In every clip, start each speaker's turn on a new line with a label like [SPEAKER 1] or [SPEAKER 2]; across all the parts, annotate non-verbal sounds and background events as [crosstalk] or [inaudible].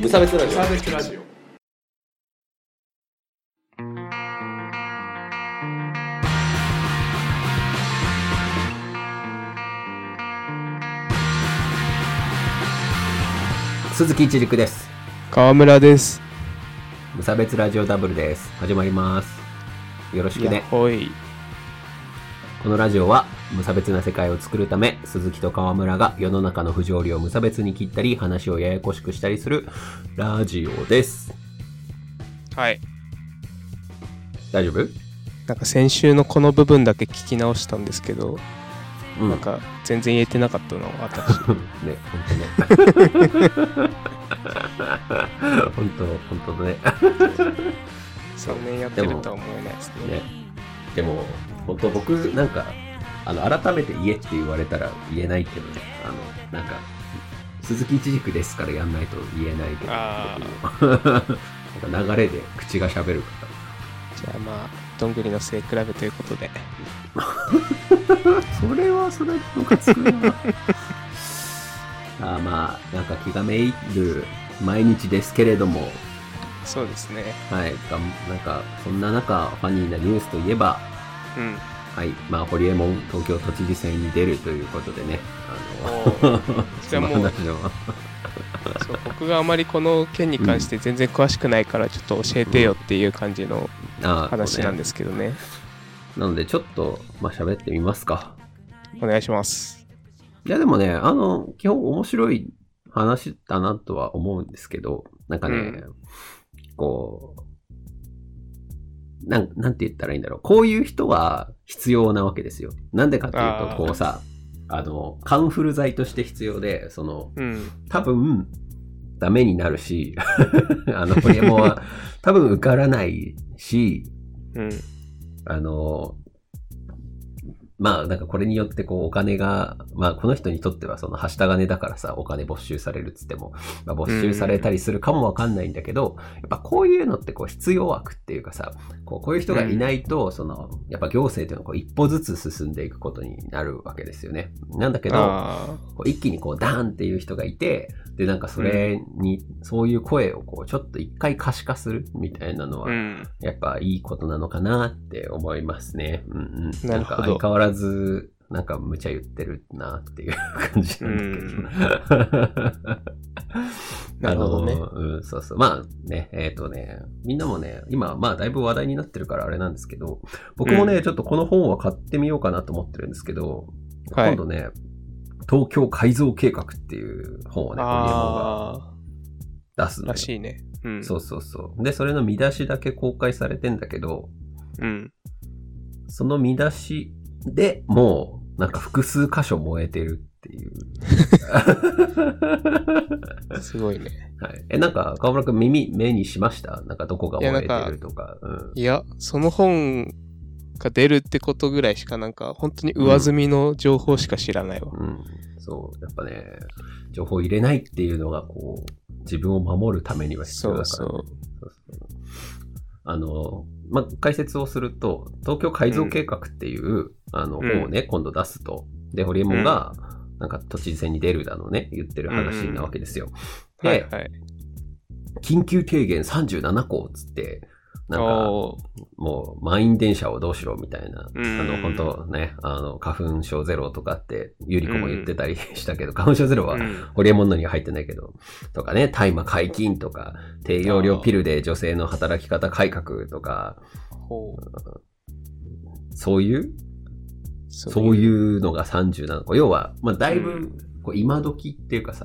[SPEAKER 1] 無差別ラジオ
[SPEAKER 2] 差別ラジオ
[SPEAKER 1] 鈴木一陸です
[SPEAKER 3] 川村です。
[SPEAKER 1] 無差別ラジオダブルです始まりますよろしく
[SPEAKER 3] やっ
[SPEAKER 1] ね
[SPEAKER 3] ほい。
[SPEAKER 1] このラジオは無差別な世界を作るため鈴木と川村が世の中の不条理を無差別に切ったり話をややこしくしたりするラジオです
[SPEAKER 3] はい。
[SPEAKER 1] 大丈夫
[SPEAKER 3] なんか先週のこの部分だけ聞き直したんですけど、
[SPEAKER 1] うん
[SPEAKER 3] なんか全然言えてなかったのが
[SPEAKER 1] [laughs]
[SPEAKER 3] あったし。
[SPEAKER 1] ね、本当ね。本当、本当ね。
[SPEAKER 3] 3年やってるとは思えないですね。
[SPEAKER 1] ね。でも、本当僕、なんか、あの、改めて言えって言われたら言えないけどね。あの、なんか、鈴木一軸ですからやんないと言えないけど。
[SPEAKER 3] あ
[SPEAKER 1] 僕もなんか流れで口が喋るか
[SPEAKER 3] じゃあまあ、どんぐりの背比べということで。
[SPEAKER 1] ら。それは、それ、ムカつくな。あーまあ、なんか気がめいる毎日ですけれども、
[SPEAKER 3] そうですね。
[SPEAKER 1] はい、がんなんか、そんな中、ファニーなニュースといえば、 [laughs]
[SPEAKER 3] うん。
[SPEAKER 1] はい、まあ、ホリエモン、東京都知事選に出るということでね、
[SPEAKER 3] お
[SPEAKER 1] あ
[SPEAKER 3] ー
[SPEAKER 1] の、
[SPEAKER 3] じゃ
[SPEAKER 1] [laughs]
[SPEAKER 3] あもう
[SPEAKER 1] その話は
[SPEAKER 3] そう僕があまりこの件に関して全然詳しくないから、ちょっと教えてよっていう感じの
[SPEAKER 1] あー。
[SPEAKER 3] 話なんですすけどね。
[SPEAKER 1] なので、ちょっと、まあ、喋ってみますか。
[SPEAKER 3] お願いします。
[SPEAKER 1] いや、でもね、あの、基本面白い話だなとは思うんですけど、なんかね、
[SPEAKER 3] うん
[SPEAKER 1] こう、なん、なんて言ったらいいんだろう。こういう人は必要なわけですよ。なんでかっていう
[SPEAKER 3] あ
[SPEAKER 1] と、
[SPEAKER 3] ー
[SPEAKER 1] こうさ、あの、カンフル剤として必要で、その、
[SPEAKER 3] うん。
[SPEAKER 1] 多分、ダメになるし、 [laughs] あの、ホリエモンは多分受からないし、
[SPEAKER 3] うん。
[SPEAKER 1] あの、まあなんかこれによってこうお金が、まあこの人にとってはそのはした金だからさ、お金没収されるっつっても、まあ、没収されたりするかもわかんないんだけど、やっぱこういうのってこう必要悪っていうかさ、こうこういう人がいないと、その、やっぱ行政というのはこう一歩ずつ進んでいくことになるわけですよね。なんだけど、
[SPEAKER 3] あ
[SPEAKER 1] こう一気にこうダーンっていう人がいて、で、なんかそれに、そういう声をこう、ちょっと一回可視化するみたいなの
[SPEAKER 3] あ。
[SPEAKER 1] は、
[SPEAKER 3] うん。
[SPEAKER 1] やっぱいいことなのかなって思いますね。うんうん。
[SPEAKER 3] なるほど
[SPEAKER 1] んか相変わらず、なんか無茶言ってるなっていう感じなんだけど。
[SPEAKER 3] なるほどね
[SPEAKER 1] あのうん、そうそう。まあね、えっ、とね、みんなもね、今、まあだいぶ話題になってるからあれなんですけど、僕もね、ちょっとこの本は買ってみようかなと思ってるんですけど、
[SPEAKER 3] は
[SPEAKER 1] 今
[SPEAKER 3] い
[SPEAKER 1] 度ね、東京改造計画っていう本をね、ホリエモンが
[SPEAKER 3] あ
[SPEAKER 1] 出す
[SPEAKER 3] あ。
[SPEAKER 1] のよ
[SPEAKER 3] ら。しいね。うん。
[SPEAKER 1] そうそうそう。で、それの見出しだけ公開されてんだけど、
[SPEAKER 3] うん。
[SPEAKER 1] その見出しでもう、なんか複数箇所燃えてるっていう。 [laughs]
[SPEAKER 3] すごいね。
[SPEAKER 1] [laughs] はい、え、なんか、川村くん耳、目にしましたなんかどこが
[SPEAKER 3] いやな
[SPEAKER 1] 燃
[SPEAKER 3] ん
[SPEAKER 1] え
[SPEAKER 3] か
[SPEAKER 1] てるとか。うん
[SPEAKER 3] いや、その本が出るってことぐらいしかなんか、本当に上積みの情報しか知らないわ。
[SPEAKER 1] うん。そう。やっぱね、情報入れないっていうのが、こう、自分を守るためには必
[SPEAKER 3] そ
[SPEAKER 1] 要だ
[SPEAKER 3] う
[SPEAKER 1] か
[SPEAKER 3] そ
[SPEAKER 1] らね、
[SPEAKER 3] う。
[SPEAKER 1] そうそうあの、まあ、解説をすると、東京改造計画っていう、あの、
[SPEAKER 3] うん
[SPEAKER 1] 本をね、今度出すと。で、ホリエモンが、なんか都知事選に出るだのね、言ってる話なわけですよ。で、
[SPEAKER 3] はいはい。
[SPEAKER 1] 緊急提言37項っつって、なんか、
[SPEAKER 3] おー
[SPEAKER 1] もう満員電車をどうしろみたいな、
[SPEAKER 3] うん
[SPEAKER 1] あの、本当ね、あの、花粉症ゼロとかって、ゆり子も言ってたりしたけど、花粉症ゼロは
[SPEAKER 3] うん
[SPEAKER 1] ホリエモンのには入ってないけど、とかね、大麻解禁とか、低用量ピルで女性の働き方改革とか、
[SPEAKER 3] ほう
[SPEAKER 1] そういう、
[SPEAKER 3] そ
[SPEAKER 1] そう
[SPEAKER 3] う。
[SPEAKER 1] いうのが37個。要は、まあ、だいうぶ
[SPEAKER 3] ん、
[SPEAKER 1] こう今時っていうかさ、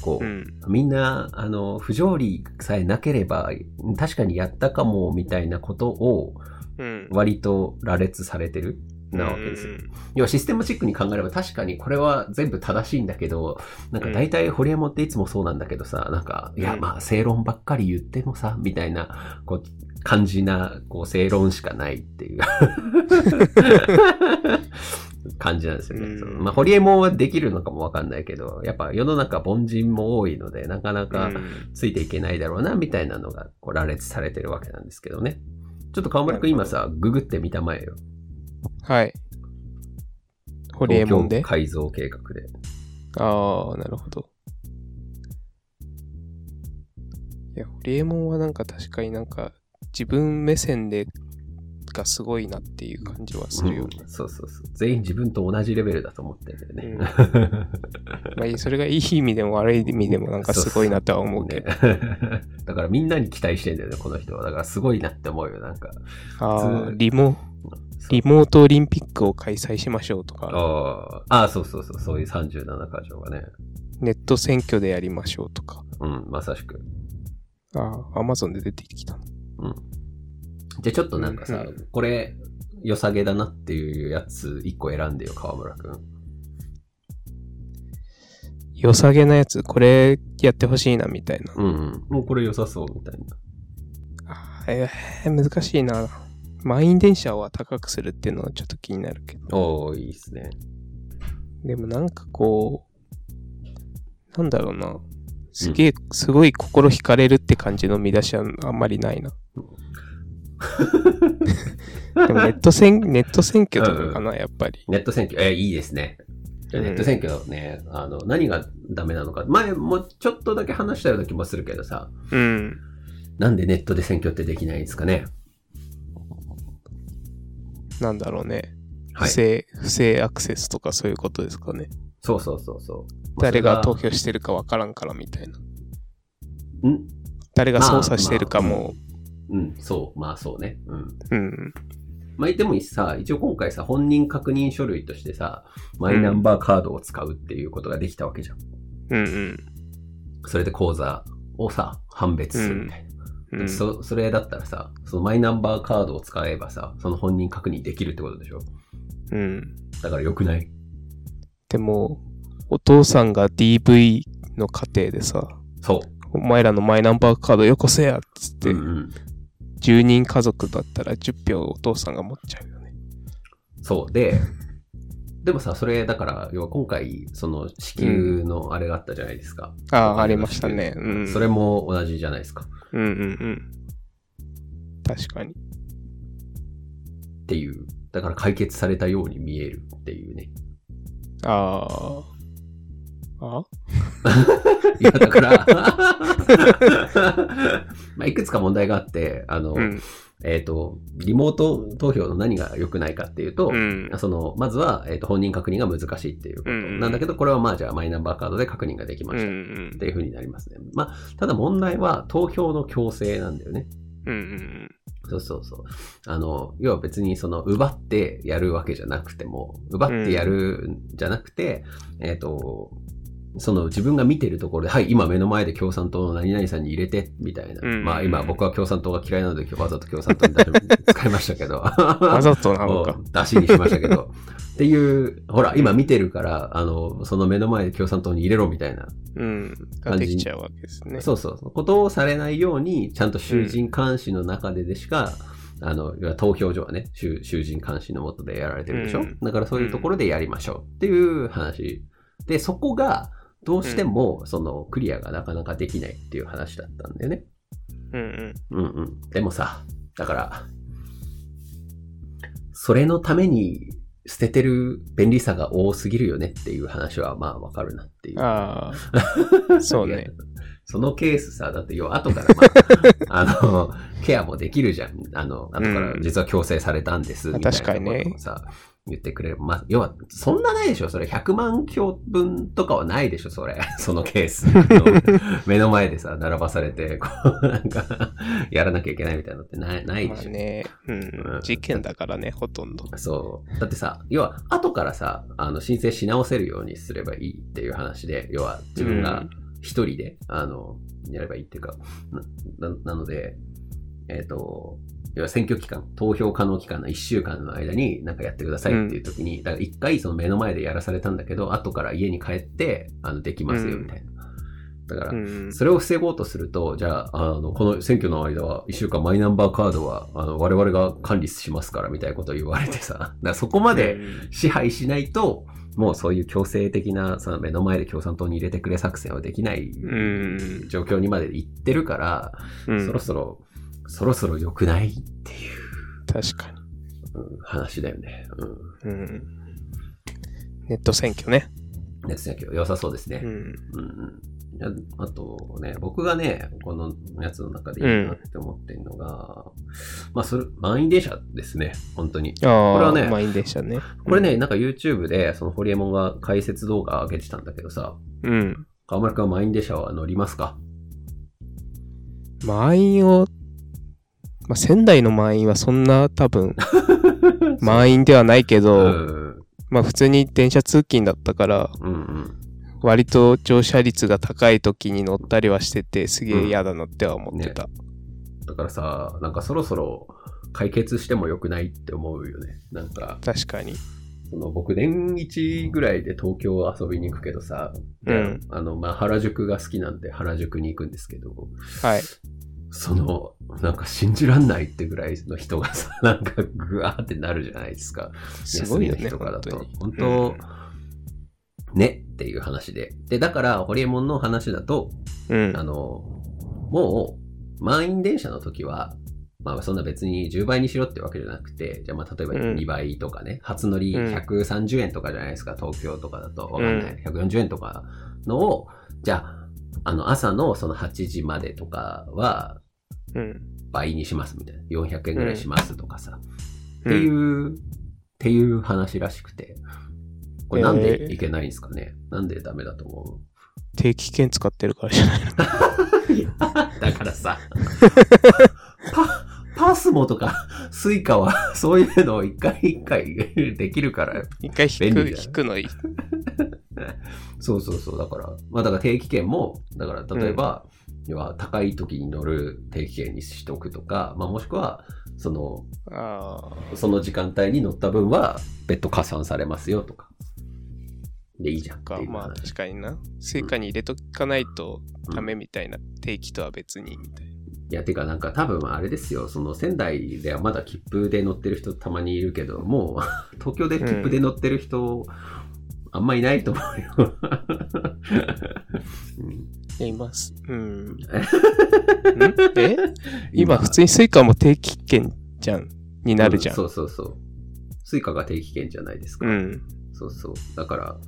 [SPEAKER 1] こう、
[SPEAKER 3] うん。
[SPEAKER 1] みんな、あの、不条理さえなければ、確かにやったかも、みたいなことを、
[SPEAKER 3] うん。
[SPEAKER 1] 割と羅列されてる、なわけですよ。要はシステムチックに考えれば確かにこれは全部正しいんだけど、なんか大体ホリエモンっていつもそうなんだけどさ、なんか、いや
[SPEAKER 3] うん
[SPEAKER 1] まあ正論ばっかり言ってもさ、みたいな、こう、感じな、こう正論しかないって
[SPEAKER 3] [laughs]
[SPEAKER 1] いう感じなんですよね。
[SPEAKER 3] うん
[SPEAKER 1] そのまあホリエモンはできるのかもわかんないけど、やっぱ世の中凡人も多いので、なかな
[SPEAKER 3] うん
[SPEAKER 1] かついていけないだろうな、みたいなのがこう羅列されてるわけなんですけどね。ちょっと川村くん今さ、ググってみたまえよ。
[SPEAKER 3] はい。ホリエモ
[SPEAKER 1] 東
[SPEAKER 3] ンで
[SPEAKER 1] 京改造計画で。
[SPEAKER 3] ああ、なるほど。いや、ホリエモンはなんか確かになんか自分目線でがすごいなっていう感じはするよね。
[SPEAKER 1] うんそうそうそう。全員自分と同じレベルだと思ってるんだよね。 [laughs]
[SPEAKER 3] まあいい、それがいい意味でも悪い意味でもなんかすごいなとは思うけど。
[SPEAKER 1] ねだからみんなに期待してんだよね、この人は。だからすごいなって思うよ、なんか。
[SPEAKER 3] あ
[SPEAKER 1] 普
[SPEAKER 3] あ、
[SPEAKER 1] 通
[SPEAKER 3] リモ、
[SPEAKER 1] そう
[SPEAKER 3] リモートオリンピックを開催しましょうとか、
[SPEAKER 1] ああ、そうそうそう、そういう37箇条がね。
[SPEAKER 3] ネット選挙でやりましょうとか。
[SPEAKER 1] うん、まさしく。
[SPEAKER 3] ああ、アマゾンで出てきたの。
[SPEAKER 1] うん。じゃあちょっとなんかさ
[SPEAKER 3] うん、
[SPEAKER 1] これ、良さげだなっていうやつ、一個選んでよ、河村くん。
[SPEAKER 3] 良さげなやつ、これやってほしいなみたいな。
[SPEAKER 1] うん、うん。もうこれ良さそう、みたいな。
[SPEAKER 3] あーえー難しいな。満員電車は高くするっていうのはちょっと気になるけど。
[SPEAKER 1] おー、いいっすね。
[SPEAKER 3] でもなんかこう、なんだろうな。すげえ、すごい心惹かれるって感じの見出しはあんまりな
[SPEAKER 1] [laughs]
[SPEAKER 3] いな。でもネッ
[SPEAKER 1] [laughs]
[SPEAKER 3] ト選、ネット選挙とかかな、やっぱり。
[SPEAKER 1] ネット選挙、えーいいですね。ネ
[SPEAKER 3] うん
[SPEAKER 1] ット選挙のね、あの、何がダメなのか。前もちょっとだけ話したような気もするけどさ、
[SPEAKER 3] うん。
[SPEAKER 1] なんでネットで選挙ってできないんですかね。
[SPEAKER 3] なんだろうね。
[SPEAKER 1] はい。
[SPEAKER 3] 不正、不正アクセスとかそういうことですかね。
[SPEAKER 1] そうそうそうそう。
[SPEAKER 3] 誰が投
[SPEAKER 1] と
[SPEAKER 3] 票してるかわからんからみたいな。
[SPEAKER 1] うん
[SPEAKER 3] 誰が操作してるかも、
[SPEAKER 1] うん、そう、まあそうね。うん。
[SPEAKER 3] うん。
[SPEAKER 1] まあ言ってもいいしさ、一応今回さ、本人確認書類としてさ、マイナンバーカードを使うっていうことができたわけじゃん。
[SPEAKER 3] うんうん。
[SPEAKER 1] それで口座をさ、判別するみたいな。
[SPEAKER 3] うん、
[SPEAKER 1] そそれだったらさ、そのマイナンバーカードを使えばさ、その本人確認できるってことでしょ
[SPEAKER 3] うん。
[SPEAKER 1] だから良くない
[SPEAKER 3] でも、お父さんが DV の家庭でさ、
[SPEAKER 1] そう。
[SPEAKER 3] お前らのマイナンバーカードよこせやっつって、
[SPEAKER 1] うんうん
[SPEAKER 3] 10人家族だったら10票お父さんが持っちゃうよね。
[SPEAKER 1] そうで、でもさ、それだから、要は今回、その支給のあれがあったじゃないですか。
[SPEAKER 3] ああ、ありましたね。うん。
[SPEAKER 1] それも同じじゃないですか。
[SPEAKER 3] うんうんうん。確かに。
[SPEAKER 1] っていう。だから解決されたように見えるっていうね。
[SPEAKER 3] ああ。あ
[SPEAKER 1] いや、だから、 [laughs] まあいくつか問題があって、あの、
[SPEAKER 3] うん。
[SPEAKER 1] えっ、と、リモート投票の何が良くないかっていうと、
[SPEAKER 3] うん。
[SPEAKER 1] その、まずは、えっ、と、本人確認が難しいっていうこと
[SPEAKER 3] うんうん
[SPEAKER 1] なんだけど、これはまあ、じゃあ、マイナンバーカードで確認ができま
[SPEAKER 3] う
[SPEAKER 1] した。
[SPEAKER 3] ん
[SPEAKER 1] っていう風になりますね。まあ、ただ問題は投票の強制なんだよね。
[SPEAKER 3] うんうん。
[SPEAKER 1] そうそうそう。あの、要は別にその、奪ってやるわけじゃなくても、奪ってやるんじゃなくて、えっ、と、その自分が見てるところで、はい、今目の前で共産党の何々さんに入れて、みたいな。
[SPEAKER 3] うん
[SPEAKER 1] まあ今僕は共産党が嫌いなので、わざと共産党に出し [laughs] 使いましたけど。
[SPEAKER 3] わざとなの
[SPEAKER 1] を
[SPEAKER 3] か。
[SPEAKER 1] 出しにしましたけど。っていう、ほら、今見てるから、あの、その目の前で共産党に入れろみたいな
[SPEAKER 3] うん。ができちゃうわけですね。
[SPEAKER 1] そうそうそう。ことをされないように、ちゃんと囚人監視の中ででしか、あの、いわゆる投票所はね、囚囚人監視のもとでやられてるでしょ、
[SPEAKER 3] うん
[SPEAKER 1] だからそういうところでやりましょうっていう話。で、そこが、どうしても、その、クリアがなかなかできないっていう話だったんだよね。
[SPEAKER 3] うんうん。
[SPEAKER 1] うんうん。でもさ、だから、それのために捨ててる便利さが多すぎるよねっていう話は、まあ、わかるなっていう。
[SPEAKER 3] ああ。そう [laughs]
[SPEAKER 1] いや
[SPEAKER 3] ね。。
[SPEAKER 1] そのケースさ、だって要は後から、ま
[SPEAKER 3] [laughs]
[SPEAKER 1] あ、あの、ケアもできるじゃん。あの、後から
[SPEAKER 3] うん
[SPEAKER 1] 実は強制されたんです、
[SPEAKER 3] あ
[SPEAKER 1] みたいな
[SPEAKER 3] 確かにね
[SPEAKER 1] ことをさ、言ってくれる。まあ、要は、そんなないでしょそれ100万票分とかはないでしょそれ。 [laughs] そのケース。あの目の前でさ、並ばされて、こう、なんか、やらなきゃいけないみたいなのってないないで
[SPEAKER 3] まあ
[SPEAKER 1] しょ、
[SPEAKER 3] ね。う
[SPEAKER 1] うん
[SPEAKER 3] ん。事件だからね、ほとんど。
[SPEAKER 1] そう。だってさ、要は、後からさ、あの、申請し直せるようにすればいいっていう話で、要は、自分が一人で、あの、やればいいっていうか、な、ななので、えっ、と、要は選挙期間、投票可能期間の1週間の間になんかやってくださいっていう時に、だから1回その目の前でやらされたんだけど、後から家に帰って、あの、できますよみたいな。だから
[SPEAKER 3] う、ん。
[SPEAKER 1] それを防ごうとすると、じゃあ、あの、この選挙の間は、1週間マイナンバーカードは、あの、我々が管理しますから、みたいなことを言われてさ、 [laughs] だからそこまで
[SPEAKER 3] うん
[SPEAKER 1] 支配しないと、もうそういう強制的な、その目の前で共産党に入れてくれ作戦はできない
[SPEAKER 3] うん
[SPEAKER 1] 状況にまで行ってるから、
[SPEAKER 3] うん
[SPEAKER 1] そろそろ、そろそろ良くないっていう
[SPEAKER 3] 確かに。
[SPEAKER 1] うん話だよね。
[SPEAKER 3] うん。ネット選挙ね。
[SPEAKER 1] うん。ですね、良さそうですね
[SPEAKER 3] う。ん。
[SPEAKER 1] うんうんいやあとね、僕がね、このやつの中でいいなって思ってるのが、まあ、それ、満員電車ですね、本当に。
[SPEAKER 3] ああ、
[SPEAKER 1] これはね
[SPEAKER 3] 満員電車ね。
[SPEAKER 1] これね、なんか YouTube で、そのホリエモンが解説動画上げてたんだけどさ、
[SPEAKER 3] うん、うん。
[SPEAKER 1] 川村くんは満員電車は乗りますか
[SPEAKER 3] 満員を、まあ、仙台の満員はそんな多 [laughs] 分、 [laughs] 満員ではないけ
[SPEAKER 1] う
[SPEAKER 3] ど、
[SPEAKER 1] ん。
[SPEAKER 3] まあ普通に電車通勤だったから、
[SPEAKER 1] うんうん。
[SPEAKER 3] 割と乗車率が高い時に乗ったりはしてて、すげえ嫌だなっては思ってた。
[SPEAKER 1] だからさ、なんかそろそろ解決してもよくないって思うよね。なんか、
[SPEAKER 3] 確かに。
[SPEAKER 1] その僕年一ぐらいで東京遊びに行くけどさ、
[SPEAKER 3] うん
[SPEAKER 1] あの、まあ、原宿が好きなんで原宿に行くんですけど、
[SPEAKER 3] はい。
[SPEAKER 1] その、なんか信じらんないってぐらいの人がさ、 [laughs] なんかぐわーってなるじゃないですか。
[SPEAKER 3] すごいよ
[SPEAKER 1] 休みの日
[SPEAKER 3] ね、
[SPEAKER 1] とかだ
[SPEAKER 3] 本
[SPEAKER 1] と
[SPEAKER 3] 当に。
[SPEAKER 1] 本当、ねっていう話で。で、だから、ホリエモンの話だと、
[SPEAKER 3] うん。
[SPEAKER 1] あの、もう、満員電車の時は、まあそんな別に10倍にしろってわけじゃなくて、じゃあまあ例えば
[SPEAKER 3] うん
[SPEAKER 1] 2倍とかね、初乗り
[SPEAKER 3] うん
[SPEAKER 1] 130円とかじゃないですか、東京とかだと。わかんない。140円とかのを、じゃあ、あの朝のその8時までとかは
[SPEAKER 3] うん。
[SPEAKER 1] 倍にしますみたいな。400円ぐらいしますとかさ。
[SPEAKER 3] っ
[SPEAKER 1] っていう、っていう話らしくて。これなんでいけないんですかね、なんでダメだと思う
[SPEAKER 3] 定期券使ってるからじゃない [laughs]
[SPEAKER 1] だからさ、 [laughs] パ、パスモとかスイカは [laughs] そういうのを一回一回できるから。
[SPEAKER 3] 一回引
[SPEAKER 1] 便
[SPEAKER 3] く
[SPEAKER 1] 利だ
[SPEAKER 3] 引くのいい。
[SPEAKER 1] そうそうそう。だから、まあだから定期券も、だから例えば、要は高い時に乗る定期券にしておくとか、まあもしくは、その、
[SPEAKER 3] ああ。
[SPEAKER 1] その時間帯に乗った分は別途加算されますよとか。でいいじゃんって
[SPEAKER 3] か
[SPEAKER 1] いう
[SPEAKER 3] まあ
[SPEAKER 1] 話
[SPEAKER 3] 確かにな。スイカに入れとかないとダメみたいな、定期とは別にみたいな。
[SPEAKER 1] いや、てかなんか多分あれですよ、その仙台ではまだ切符で乗ってる人たまにいるけど、もう [laughs] 東京で切符で乗ってる人、あんまいないと思うよ。うん
[SPEAKER 3] いやいます。
[SPEAKER 1] [laughs]
[SPEAKER 3] うん。ん
[SPEAKER 1] え
[SPEAKER 3] え今普通にスイカも定期券じゃん。になるじゃん。
[SPEAKER 1] うそうそうそう。スイカが定期券じゃないですか。
[SPEAKER 3] うん。
[SPEAKER 1] そうそう。だから、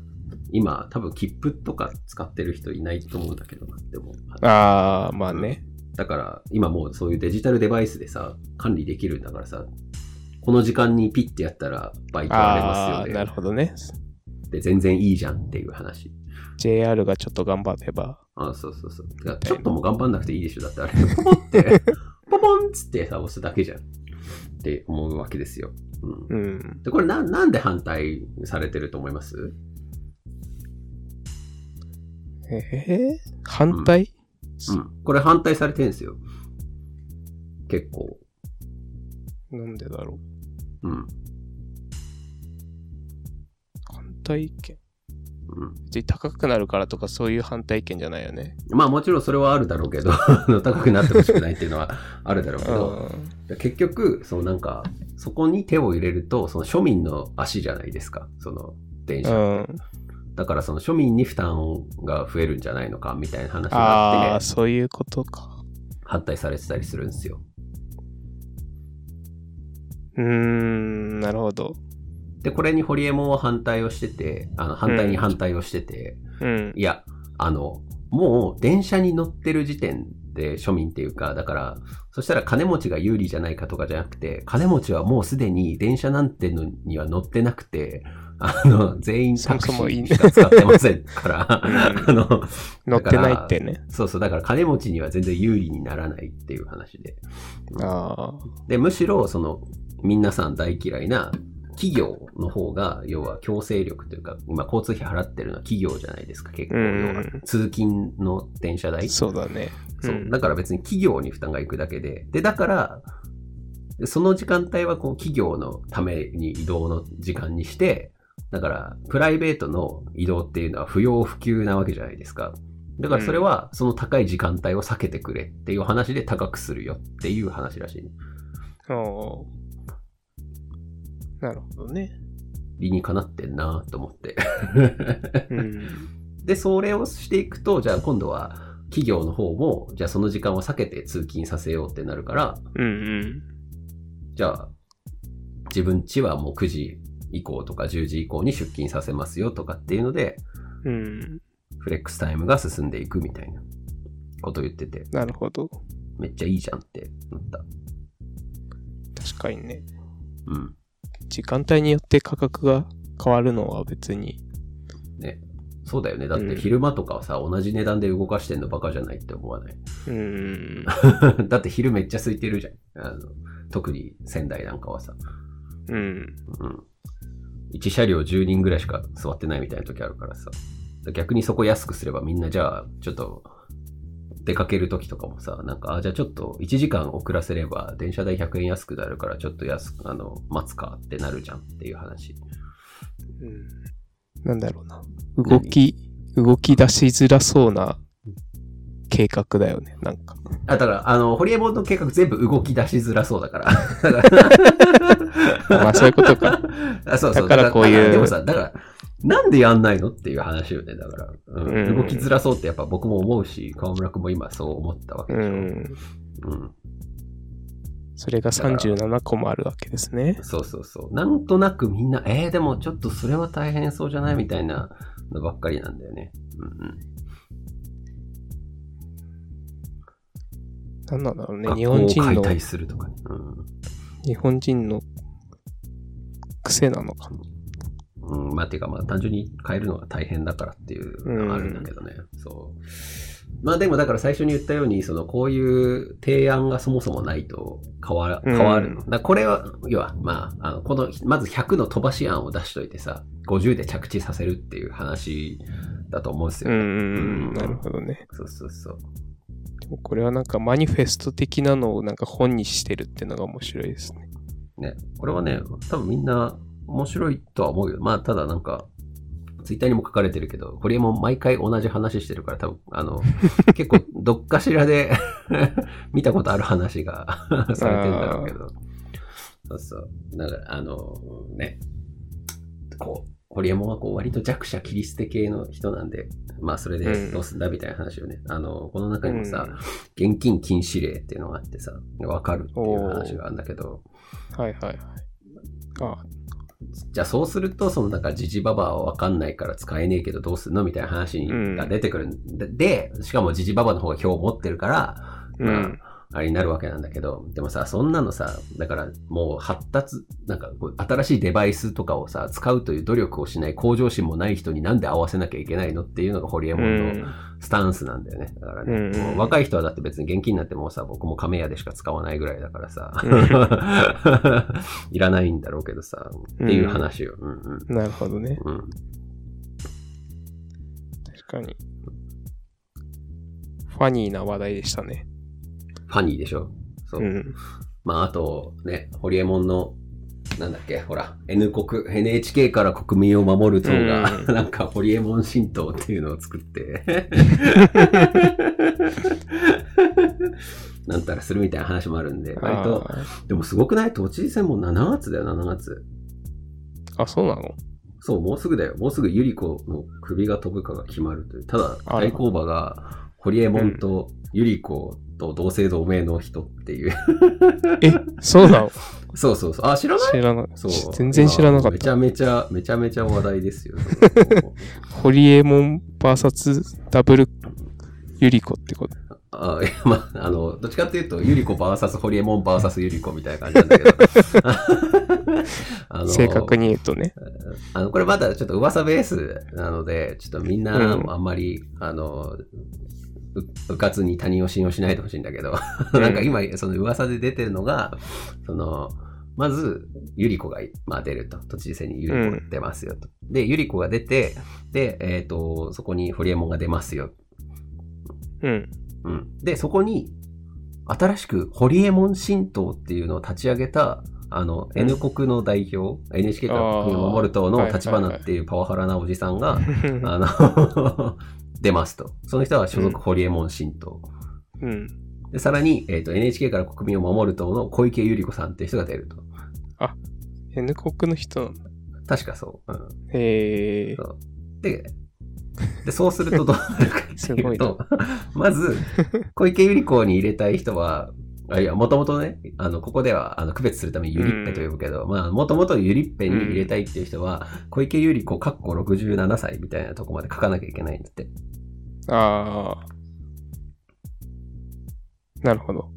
[SPEAKER 1] 今多分切符とか使ってる人いないと思うんだけどなって思う。
[SPEAKER 3] ああ、まあね。
[SPEAKER 1] だから今もうそういうデジタルデバイスでさ、管理できるんだからさ、この時間にピッてやったらバイトあれます
[SPEAKER 3] あ
[SPEAKER 1] よ
[SPEAKER 3] あー、
[SPEAKER 1] ね。
[SPEAKER 3] なるほどね。
[SPEAKER 1] で全然いいじゃんっていう話。
[SPEAKER 3] JR がちょっと頑張れば。
[SPEAKER 1] あそうそうそう。てかちょっともう頑張んなくていいでしょ。だ
[SPEAKER 3] [laughs]
[SPEAKER 1] ってあれ、ポポンって、ポポンっつってさ、押すだけじゃん。って思うわけですよ。うん。
[SPEAKER 3] うん。
[SPEAKER 1] で、これな、なんで反対されてると思います
[SPEAKER 3] ええ反対、
[SPEAKER 1] うん。これ反対されてるんですよ。結構。
[SPEAKER 3] なんでだろう。
[SPEAKER 1] うん。
[SPEAKER 3] 反対意見。
[SPEAKER 1] うん。
[SPEAKER 3] 別に高くなるからとかそういう反対意見じゃないよね。
[SPEAKER 1] まあもちろんそれはあるだろうけど、 [laughs] あの高くなってほしくないっていうのはあるだろうけ
[SPEAKER 3] う
[SPEAKER 1] ど、
[SPEAKER 3] ん。
[SPEAKER 1] 結局、そのなんか、そこに手を入れると、その庶民の足じゃないですか。その、電車
[SPEAKER 3] う
[SPEAKER 1] って。
[SPEAKER 3] ん、
[SPEAKER 1] だからその庶民に負担が増えるんじゃないのかみたいな話が
[SPEAKER 3] あ
[SPEAKER 1] あ
[SPEAKER 3] あ、
[SPEAKER 1] って、
[SPEAKER 3] そういうことか。
[SPEAKER 1] 反対されてたりするんですよ。
[SPEAKER 3] うーん、なるほど。
[SPEAKER 1] で、これにホリエモンは反対をしてて、あの反対に反対をしてて、
[SPEAKER 3] うん。
[SPEAKER 1] いや、あの、もう電車に乗ってる時点で庶民っていうか、だから、そしたら金持ちが有利じゃないかとかじゃなくて、金持ちはもうすでに電車なんてのには乗ってなくて、あの、全員タクシ
[SPEAKER 3] そもそもいい
[SPEAKER 1] ーしか使ってませんから、あの、
[SPEAKER 3] 乗ってないってね。
[SPEAKER 1] そうそう、だから金持ちには全然有利にならないっていう話で。
[SPEAKER 3] あ
[SPEAKER 1] で、むしろ、その、皆さん大嫌いな企業の方が、要は強制力というか、今交通費払ってるのは企業じゃないですか、結構。
[SPEAKER 3] う
[SPEAKER 1] 要
[SPEAKER 3] ん
[SPEAKER 1] は通勤の電車代。
[SPEAKER 3] あ、そうだね。
[SPEAKER 1] そう
[SPEAKER 3] うん
[SPEAKER 1] だから別に企業に負担がいくだけで。で、だから、その時間帯はこう企業のために移動の時間にして、だからプライベートの移動っていうのは不要不急なわけじゃないですか。だからそれはその高い時間帯を避けてくれっていう話で高くするよっていう話らしい。
[SPEAKER 3] おーなるほどね。 [laughs]
[SPEAKER 1] 理にかなってんなと思って。 [laughs]
[SPEAKER 3] うん。
[SPEAKER 1] で、それをしていくと、じゃあ今度は企業の方も、じゃあその時間を避けて通勤させようってなるから、
[SPEAKER 3] うんうん。
[SPEAKER 1] じゃあ、自分家はもう9時以降とか10時以降に出勤させますよとかっていうので、
[SPEAKER 3] うん。
[SPEAKER 1] フレックスタイムが進んでいくみたいなことを言ってて、
[SPEAKER 3] なるほど。
[SPEAKER 1] めっちゃいいじゃんってなった。
[SPEAKER 3] 確かにね。
[SPEAKER 1] うん。
[SPEAKER 3] 時間帯によって価格が変わるのは別に。
[SPEAKER 1] ね。そうだよね。だっ
[SPEAKER 3] う
[SPEAKER 1] て
[SPEAKER 3] ん
[SPEAKER 1] 昼間とかはさ、同じ値段で動かしてんのバカじゃないって思わない。 [laughs]
[SPEAKER 3] うーん。
[SPEAKER 1] だって昼めっちゃ空いてるじゃん。あの特に仙台なんかはさ。
[SPEAKER 3] うん。
[SPEAKER 1] うん。1車両10人ぐらいしか座ってないみたいな時あるからさ。逆にそこ安くすればみんなじゃあ、ちょっと、出かける時とかもさ、なんか、あ、じゃあちょっと1時間遅らせれば電車代100円安くなるからちょっと安く、あの、待つかってなるじゃんっていう話。
[SPEAKER 3] うんなんだろうな。動き、動き出しづらそうな計画だよね。なんか。
[SPEAKER 1] あ、だから、あの、ホリエモンの計画全部動き出しづらそうだ
[SPEAKER 3] [laughs]
[SPEAKER 1] から。
[SPEAKER 3] まあそういうことか。
[SPEAKER 1] [laughs] あそうそう
[SPEAKER 3] だからこういう
[SPEAKER 1] だらでもさ、だから、なんでやんないのっていう話よね、だから。うん
[SPEAKER 3] うん
[SPEAKER 1] 動きづらそうってやっぱ僕も思うし、河村君も今そう思ったわけ
[SPEAKER 3] う
[SPEAKER 1] でしょ。
[SPEAKER 3] ん。
[SPEAKER 1] うん
[SPEAKER 3] それが37個もあるわけですね。
[SPEAKER 1] そうそうそう。なんとなくみんな、えー、でもちょっとそれは大変そうじゃないみたいなのばっかりなんだよね。うん
[SPEAKER 3] なんなんだろうね
[SPEAKER 1] う。ん、
[SPEAKER 3] 日本人
[SPEAKER 1] 学校
[SPEAKER 3] の
[SPEAKER 1] を解、体するとかね。
[SPEAKER 3] 日本人の癖なのかな。
[SPEAKER 1] うん。うん、まあ、ていうか、まあ、単純に変えるのが大変だからっていうのがあるんだけどね。そう。まあ、でもだから最初に言ったように、その、こういう提案がそもそもないと変わら変わるの。
[SPEAKER 3] う
[SPEAKER 1] だからこれは、要は、まあ、あのこの、まず100の飛ばし案を出しといてさ、50で着地させるっていう話だと思うんですよ
[SPEAKER 3] う
[SPEAKER 1] ね。
[SPEAKER 3] ん。なるほどね。
[SPEAKER 1] そうそうそう。
[SPEAKER 3] でもこれはなんかマニフェスト的なのをなんか本にしてるってのが面白いですね。
[SPEAKER 1] ね、これはね、多分みんな面白いとは思うよ。まあ、ただなんか、ツイッターにも書かれてるけど、ホリエモン毎回同じ話してるから、多分あ [laughs] の、結構どっかしらで [laughs] 見たことある話が [laughs] されてんだろうけど。そうそう。なんか、あの、ね、こう、ホリエモンはこう割と弱者キリステ系の人なんで、まあそれでどうすんだみたいな話をね、あの、この中にもさ、現金禁止令っていうのがあってさ、わかるっていう話があるんだけど、
[SPEAKER 3] はいはいはい。あ
[SPEAKER 1] じゃあそうすると、そのなんかジジババアはわかんないから使えねえけどどうすんのみたいな話
[SPEAKER 3] うん
[SPEAKER 1] が出てくるんで、でしかもジジババアの方が票を持ってるから、
[SPEAKER 3] う
[SPEAKER 1] まあ
[SPEAKER 3] ん。
[SPEAKER 1] あれになるわけなんだけど、でもさ、そんなのさ、だからもう発達、なんかこう新しいデバイスとかをさ、使うという努力をしない向上心もない人になんで合わせなきゃいけないのっていうのがホリエ
[SPEAKER 3] う
[SPEAKER 1] モンの
[SPEAKER 3] ん。
[SPEAKER 1] スタンスなんだよね。だからね、
[SPEAKER 3] うんうん
[SPEAKER 1] もう若い人はだって別に現金なんてもうさ、僕も亀屋でしか使わないぐらいだからさ [laughs]
[SPEAKER 3] う、
[SPEAKER 1] いらないんだろうけどさ、っていう話よ。うんうん
[SPEAKER 3] なるほどね。
[SPEAKER 1] うん、
[SPEAKER 3] 確かに。ファニーな話題でしたね。
[SPEAKER 1] ファニーでしょそう、
[SPEAKER 3] うん。
[SPEAKER 1] まあ、あとね、ホリエモンの、なんだっけ、ほら、N 国、NHK から国民を守る党が、
[SPEAKER 3] うん
[SPEAKER 1] [laughs] なんか、ホリエモン新党っていうのを作っ
[SPEAKER 3] [laughs]
[SPEAKER 1] て、なんたらするみたいな話もあるんで、割と、
[SPEAKER 3] あ
[SPEAKER 1] でもすごくない都知事選も7月だよ、7月。
[SPEAKER 3] ーあ、そうなの
[SPEAKER 1] そう、もうすぐだよ。もうすぐユリコの首が飛ぶかが決まるという。ただ、
[SPEAKER 3] あら
[SPEAKER 1] 対抗馬が、ホリエモンとユリコと同姓同名の人っていう。 [laughs]
[SPEAKER 3] え、そうなの
[SPEAKER 1] そうそうそう。あ、知らない
[SPEAKER 3] 知らな
[SPEAKER 1] そう
[SPEAKER 3] い。全然知らなかっ
[SPEAKER 1] め
[SPEAKER 3] た
[SPEAKER 1] ち。ゃめちゃ、めちゃめちゃ話題です
[SPEAKER 3] [laughs]
[SPEAKER 1] よ。
[SPEAKER 3] ホリエモン VS ダブルユリコってこと。
[SPEAKER 1] あいやまあ、あの、どっちかっていうと、ユリコ VS ホリエモン VS ユリコみたいな感じなんだ
[SPEAKER 3] [laughs]
[SPEAKER 1] けど。あの
[SPEAKER 3] 正確に言うとね。
[SPEAKER 1] あの、これまだちょっと噂ベースなので、ちょっとみんな
[SPEAKER 3] うん
[SPEAKER 1] あんまり、あの、ううかつに他人を信用しないでほしいんだけど、
[SPEAKER 3] うん
[SPEAKER 1] なんか今、その噂で出てるのが、その、まず、ゆり子が、まあ、出ると。都知事選にゆり子が出ますよと。で、ゆり子が出て、で、えっ、と、そこにホリエモンが出ますよ。
[SPEAKER 3] うん。
[SPEAKER 1] うん。で、そこに、新しくホリエモン新党っていうのを立ち上げた、あの、
[SPEAKER 3] うん
[SPEAKER 1] N 国の代表、NHK から国を守る党の立花っていうパワハラなおじさん [laughs] が、あの、 [laughs] 出ますと。その人は所属ホリエモン新党。
[SPEAKER 3] [laughs] うん。
[SPEAKER 1] で、さらに、えっ、と、NHK から国民を守る党の小池百合子さんっていう人が出ると。
[SPEAKER 3] N 国の人なんだ。
[SPEAKER 1] 確かそう。うん。
[SPEAKER 3] へえ
[SPEAKER 1] そ。うで、で、そうするとどうなるかって [laughs]
[SPEAKER 3] す
[SPEAKER 1] い
[SPEAKER 3] ご
[SPEAKER 1] う
[SPEAKER 3] いな
[SPEAKER 1] と、まず、小池百合子に入れたい人は、あいや、もともとね、あの、ここでは、あの、区別するためにゆりっぺと呼ぶけど、まあ、もともとゆりっぺに入れたいっていう人は、小池百合子、かっこ67歳みたいなとこまで書かなきゃいけないんだって。
[SPEAKER 3] ああ。なるほど。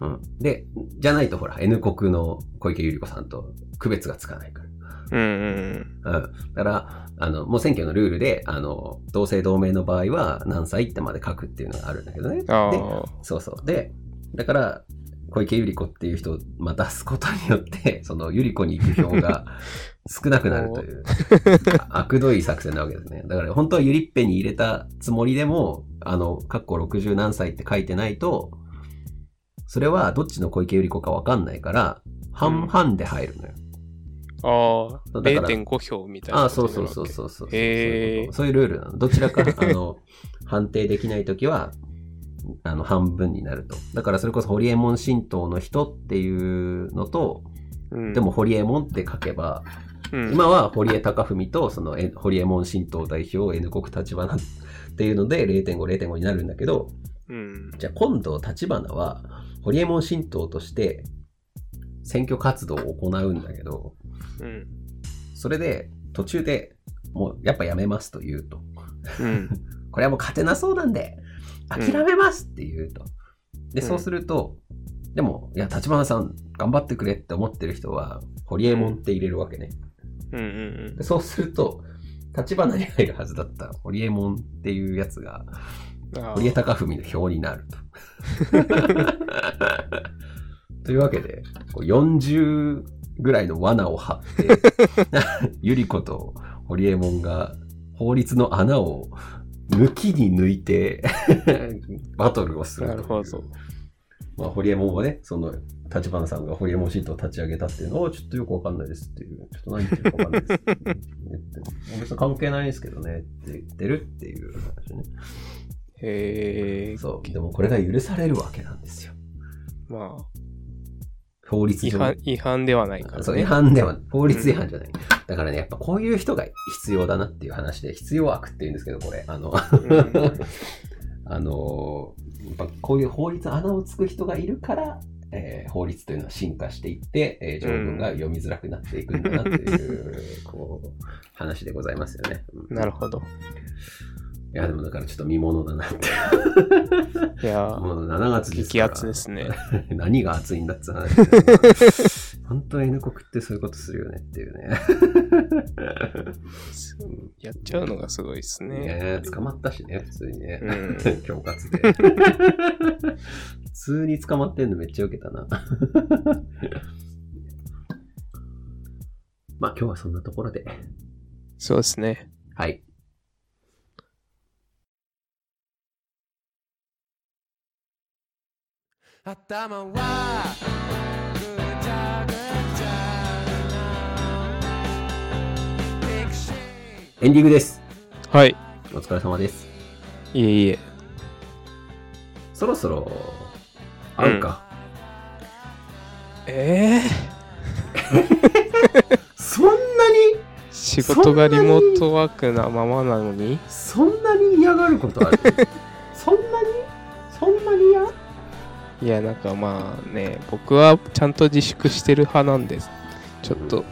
[SPEAKER 1] うん。で、じゃないとほら、N 国の小池百合子さんと区別がつかないから。
[SPEAKER 3] うんうん
[SPEAKER 1] うん。だから、あの、もう選挙のルールで、あの、同姓同名の場合は何歳ってまで書くっていうのがあるんだけどね。
[SPEAKER 3] うん。あ
[SPEAKER 1] で、
[SPEAKER 3] あ。
[SPEAKER 1] そうそう。で、だから、小池百合子っていう人をまあ出すことによって、 [laughs] その百合子に行く票が少なくなるという、あ悪どい作戦なわけですね。だから、本当はゆりっぺに入れたつもりでも、あの、かっこ60何歳って書いてないと、それはどっちの小池百合子かわかんないから、半々で入るのよ。
[SPEAKER 3] ああ。
[SPEAKER 1] だから
[SPEAKER 3] 0.5票みたいな。
[SPEAKER 1] ああ、そうそうそうそうそうそう。そ
[SPEAKER 3] へー
[SPEAKER 1] ういうことそういうルールなの。どちらか、あの、 [laughs] 判定できないときは、あの、半分になると。だからそれこそ、ホリエモン神道の人っていうのと、
[SPEAKER 3] うん。
[SPEAKER 1] でも、ホリエモンって書けば、
[SPEAKER 3] うん、
[SPEAKER 1] 今は堀江貴文と、その、えホリエモン神道代表、N 国立花っていうので、0.5、0.5になるんだけど、
[SPEAKER 3] うん。
[SPEAKER 1] じゃあ今度、立花は、ホリエモン神道として、選挙活動を行うんだけど、
[SPEAKER 3] うん。
[SPEAKER 1] それで、途中でもう、やっぱやめますと言うと。
[SPEAKER 3] うん。
[SPEAKER 1] これはもう勝てなそうなんで、諦めますって言うと。で、
[SPEAKER 3] うん
[SPEAKER 1] そうすると、でも、いや、立花さん、頑張ってくれって思ってる人は、ホリエモンって入れるわけね。
[SPEAKER 3] うん。うん
[SPEAKER 1] で、そうすると、立花に入るはずだったホリエモンっていうやつが、
[SPEAKER 3] うん。ああ
[SPEAKER 1] 堀江貴文の票になると。 [laughs] というわけで、こう40ぐらいの罠を張って、 [laughs] ゆり子と堀江門が法律の穴を抜きに抜いてバトルをするという
[SPEAKER 3] なるほど。
[SPEAKER 1] まあ、堀江門はね、その、立花さんが堀江門シートを立ち上げたっていうのを、ちょっとよくわかんないですっていう、ちょっと何言ってるかわかんないですって言って別に関係ないですけどねって言ってるっていう話ね。
[SPEAKER 3] へえ。
[SPEAKER 1] そう。でもこれが許されるわけなんですよ。
[SPEAKER 3] まあ、
[SPEAKER 1] 法律
[SPEAKER 3] 違
[SPEAKER 1] 上。
[SPEAKER 3] 反、違反ではないからね。
[SPEAKER 1] そう違反では、法律違反じゃない。だからね、やっぱこういう人が必要だなっていう話で、必要悪って言うんですけど、これ。あの、
[SPEAKER 3] うん
[SPEAKER 1] あのーやっぱこういう法律の穴をつく人がいるから、えー法律というのは進化していって、えー条文が読みづらくなっていくんだなという、こう、話でございますよね。うん
[SPEAKER 3] なるほど。
[SPEAKER 1] いや、でもだからちょっと見ものだなって。
[SPEAKER 3] いやー、
[SPEAKER 1] もう7月ですか
[SPEAKER 3] 激
[SPEAKER 1] ら。
[SPEAKER 3] アツですね。
[SPEAKER 1] [laughs] 何が熱いんだって話だけど本当に N 国ってそういうことするよねっていうね。
[SPEAKER 3] やっちゃうのがすごいですね。
[SPEAKER 1] [laughs] ねえ捕まったしね、普通にね。
[SPEAKER 3] うん
[SPEAKER 1] 恐喝で。普通に捕まってんのめっちゃ受けたな。 [laughs] まあ今日はそんなところで。
[SPEAKER 3] そうですね。
[SPEAKER 1] はい。
[SPEAKER 2] 頭はぐちゃぐちゃなミクシー
[SPEAKER 1] エンディングです。
[SPEAKER 3] はい。
[SPEAKER 1] お疲れ様です。
[SPEAKER 3] いえいえ。
[SPEAKER 1] そろそろ、会うか。
[SPEAKER 3] え
[SPEAKER 1] そんなに、
[SPEAKER 3] ー、仕事がリモートワークなままなのに
[SPEAKER 1] そんなに嫌がることある
[SPEAKER 3] [laughs]
[SPEAKER 1] そんなにそんなに嫌
[SPEAKER 3] いや、なんかまあね、僕はちゃんと自粛してる派なんです。ちょっと、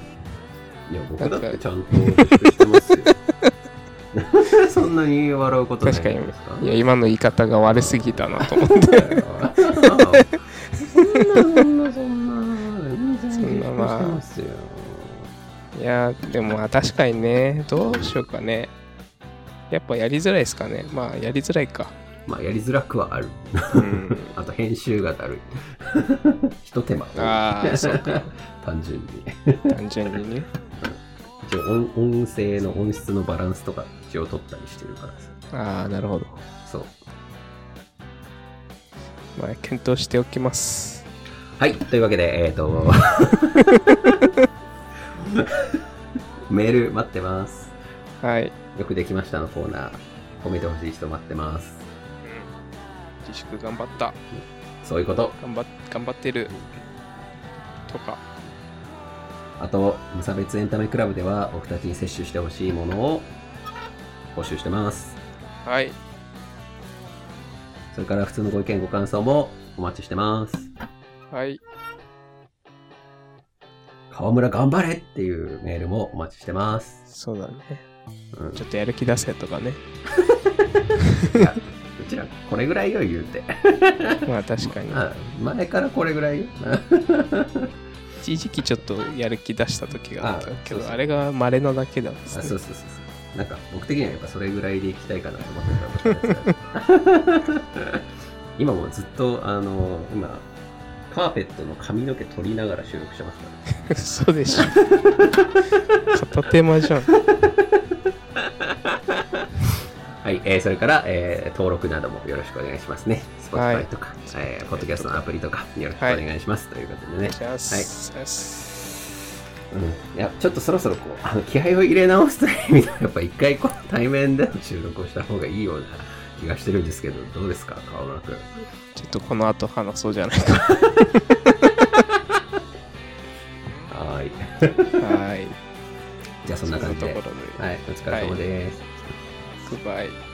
[SPEAKER 1] いや、僕だってちゃ
[SPEAKER 3] [laughs]
[SPEAKER 1] んとしてますよ。 [laughs] そんなに笑うことないんですか
[SPEAKER 3] いや、今の言い方が悪すぎたなと思って。
[SPEAKER 1] そんなそんなそんな、全然
[SPEAKER 3] そんなまあ
[SPEAKER 1] してますよ。
[SPEAKER 3] いやー、でもまあ確かにね、どうしようかね。やっぱやりづらいですかね。まあやりづらいか。
[SPEAKER 1] まあ、やりづらくはある。
[SPEAKER 3] うん。
[SPEAKER 1] あと、編集がだるい。ひと手間。
[SPEAKER 3] ああ、そう [laughs] か。
[SPEAKER 1] 単純に。
[SPEAKER 3] 単純にね。
[SPEAKER 1] 一応音、音声の音質のバランスとか、一応取ったりしてるからさ。
[SPEAKER 3] ああ、なるほど。
[SPEAKER 1] そう。
[SPEAKER 3] まあ、検討しておきます。
[SPEAKER 1] はい、というわけで、えっ、ー、と、メール待ってます。
[SPEAKER 3] はい。
[SPEAKER 1] よくできましたのコーナー、褒めてほしい人待ってます。
[SPEAKER 3] 自粛頑張った。
[SPEAKER 1] そういうこと。
[SPEAKER 3] 頑張っ頑張ってる。とか。
[SPEAKER 1] あと、無差別エンタメクラブでは、僕たちに摂取してほしいものを募集してます。
[SPEAKER 3] はい。
[SPEAKER 1] それから、普通のご意見、ご感想もお待ちしてます。
[SPEAKER 3] はい。
[SPEAKER 1] 河村頑張れっていうメールもお待ちしてます。
[SPEAKER 3] そうだね。
[SPEAKER 1] うん、
[SPEAKER 3] ちょっとやる気出せとかね。
[SPEAKER 1] うちらこれぐらいよ、言うて。
[SPEAKER 3] まあ確かに。
[SPEAKER 1] うん前からこれぐ [laughs] らいよ。
[SPEAKER 3] 一時期ちょっとやる気出した時があったけ
[SPEAKER 1] あそうそ
[SPEAKER 3] ど、
[SPEAKER 1] う
[SPEAKER 3] あれが稀なだけなんで
[SPEAKER 1] あ
[SPEAKER 3] す
[SPEAKER 1] そうそう
[SPEAKER 3] ね。
[SPEAKER 1] そうそうなんか僕的にはやっぱそれぐらいでいきたいかなと思ってたんですけど [laughs] 今もずっとあの今カーペットの髪の毛取りながら収録してますから、ね、
[SPEAKER 3] そうで [laughs] しょ。片手間じゃん。
[SPEAKER 1] はい、えーそれから、えー登録などもよろしくお願いしますね
[SPEAKER 3] はい
[SPEAKER 1] Spotify とか、えーポッドキャストのアプリとかよろしくお願いします、ということでね、
[SPEAKER 3] じゃあ、
[SPEAKER 1] うん、いやちょっとそろそろこうあの気合を入れ直すという意味ではやっぱ一回こう対面での収録をした方がいいような気がしてるんですけどどうですか川村君
[SPEAKER 3] ちょっとこの後話そうじゃないか。
[SPEAKER 1] はい
[SPEAKER 3] はい。
[SPEAKER 1] じゃあそんな感じで
[SPEAKER 3] ところで。
[SPEAKER 1] はい、お疲れ様です。
[SPEAKER 3] グッバイ。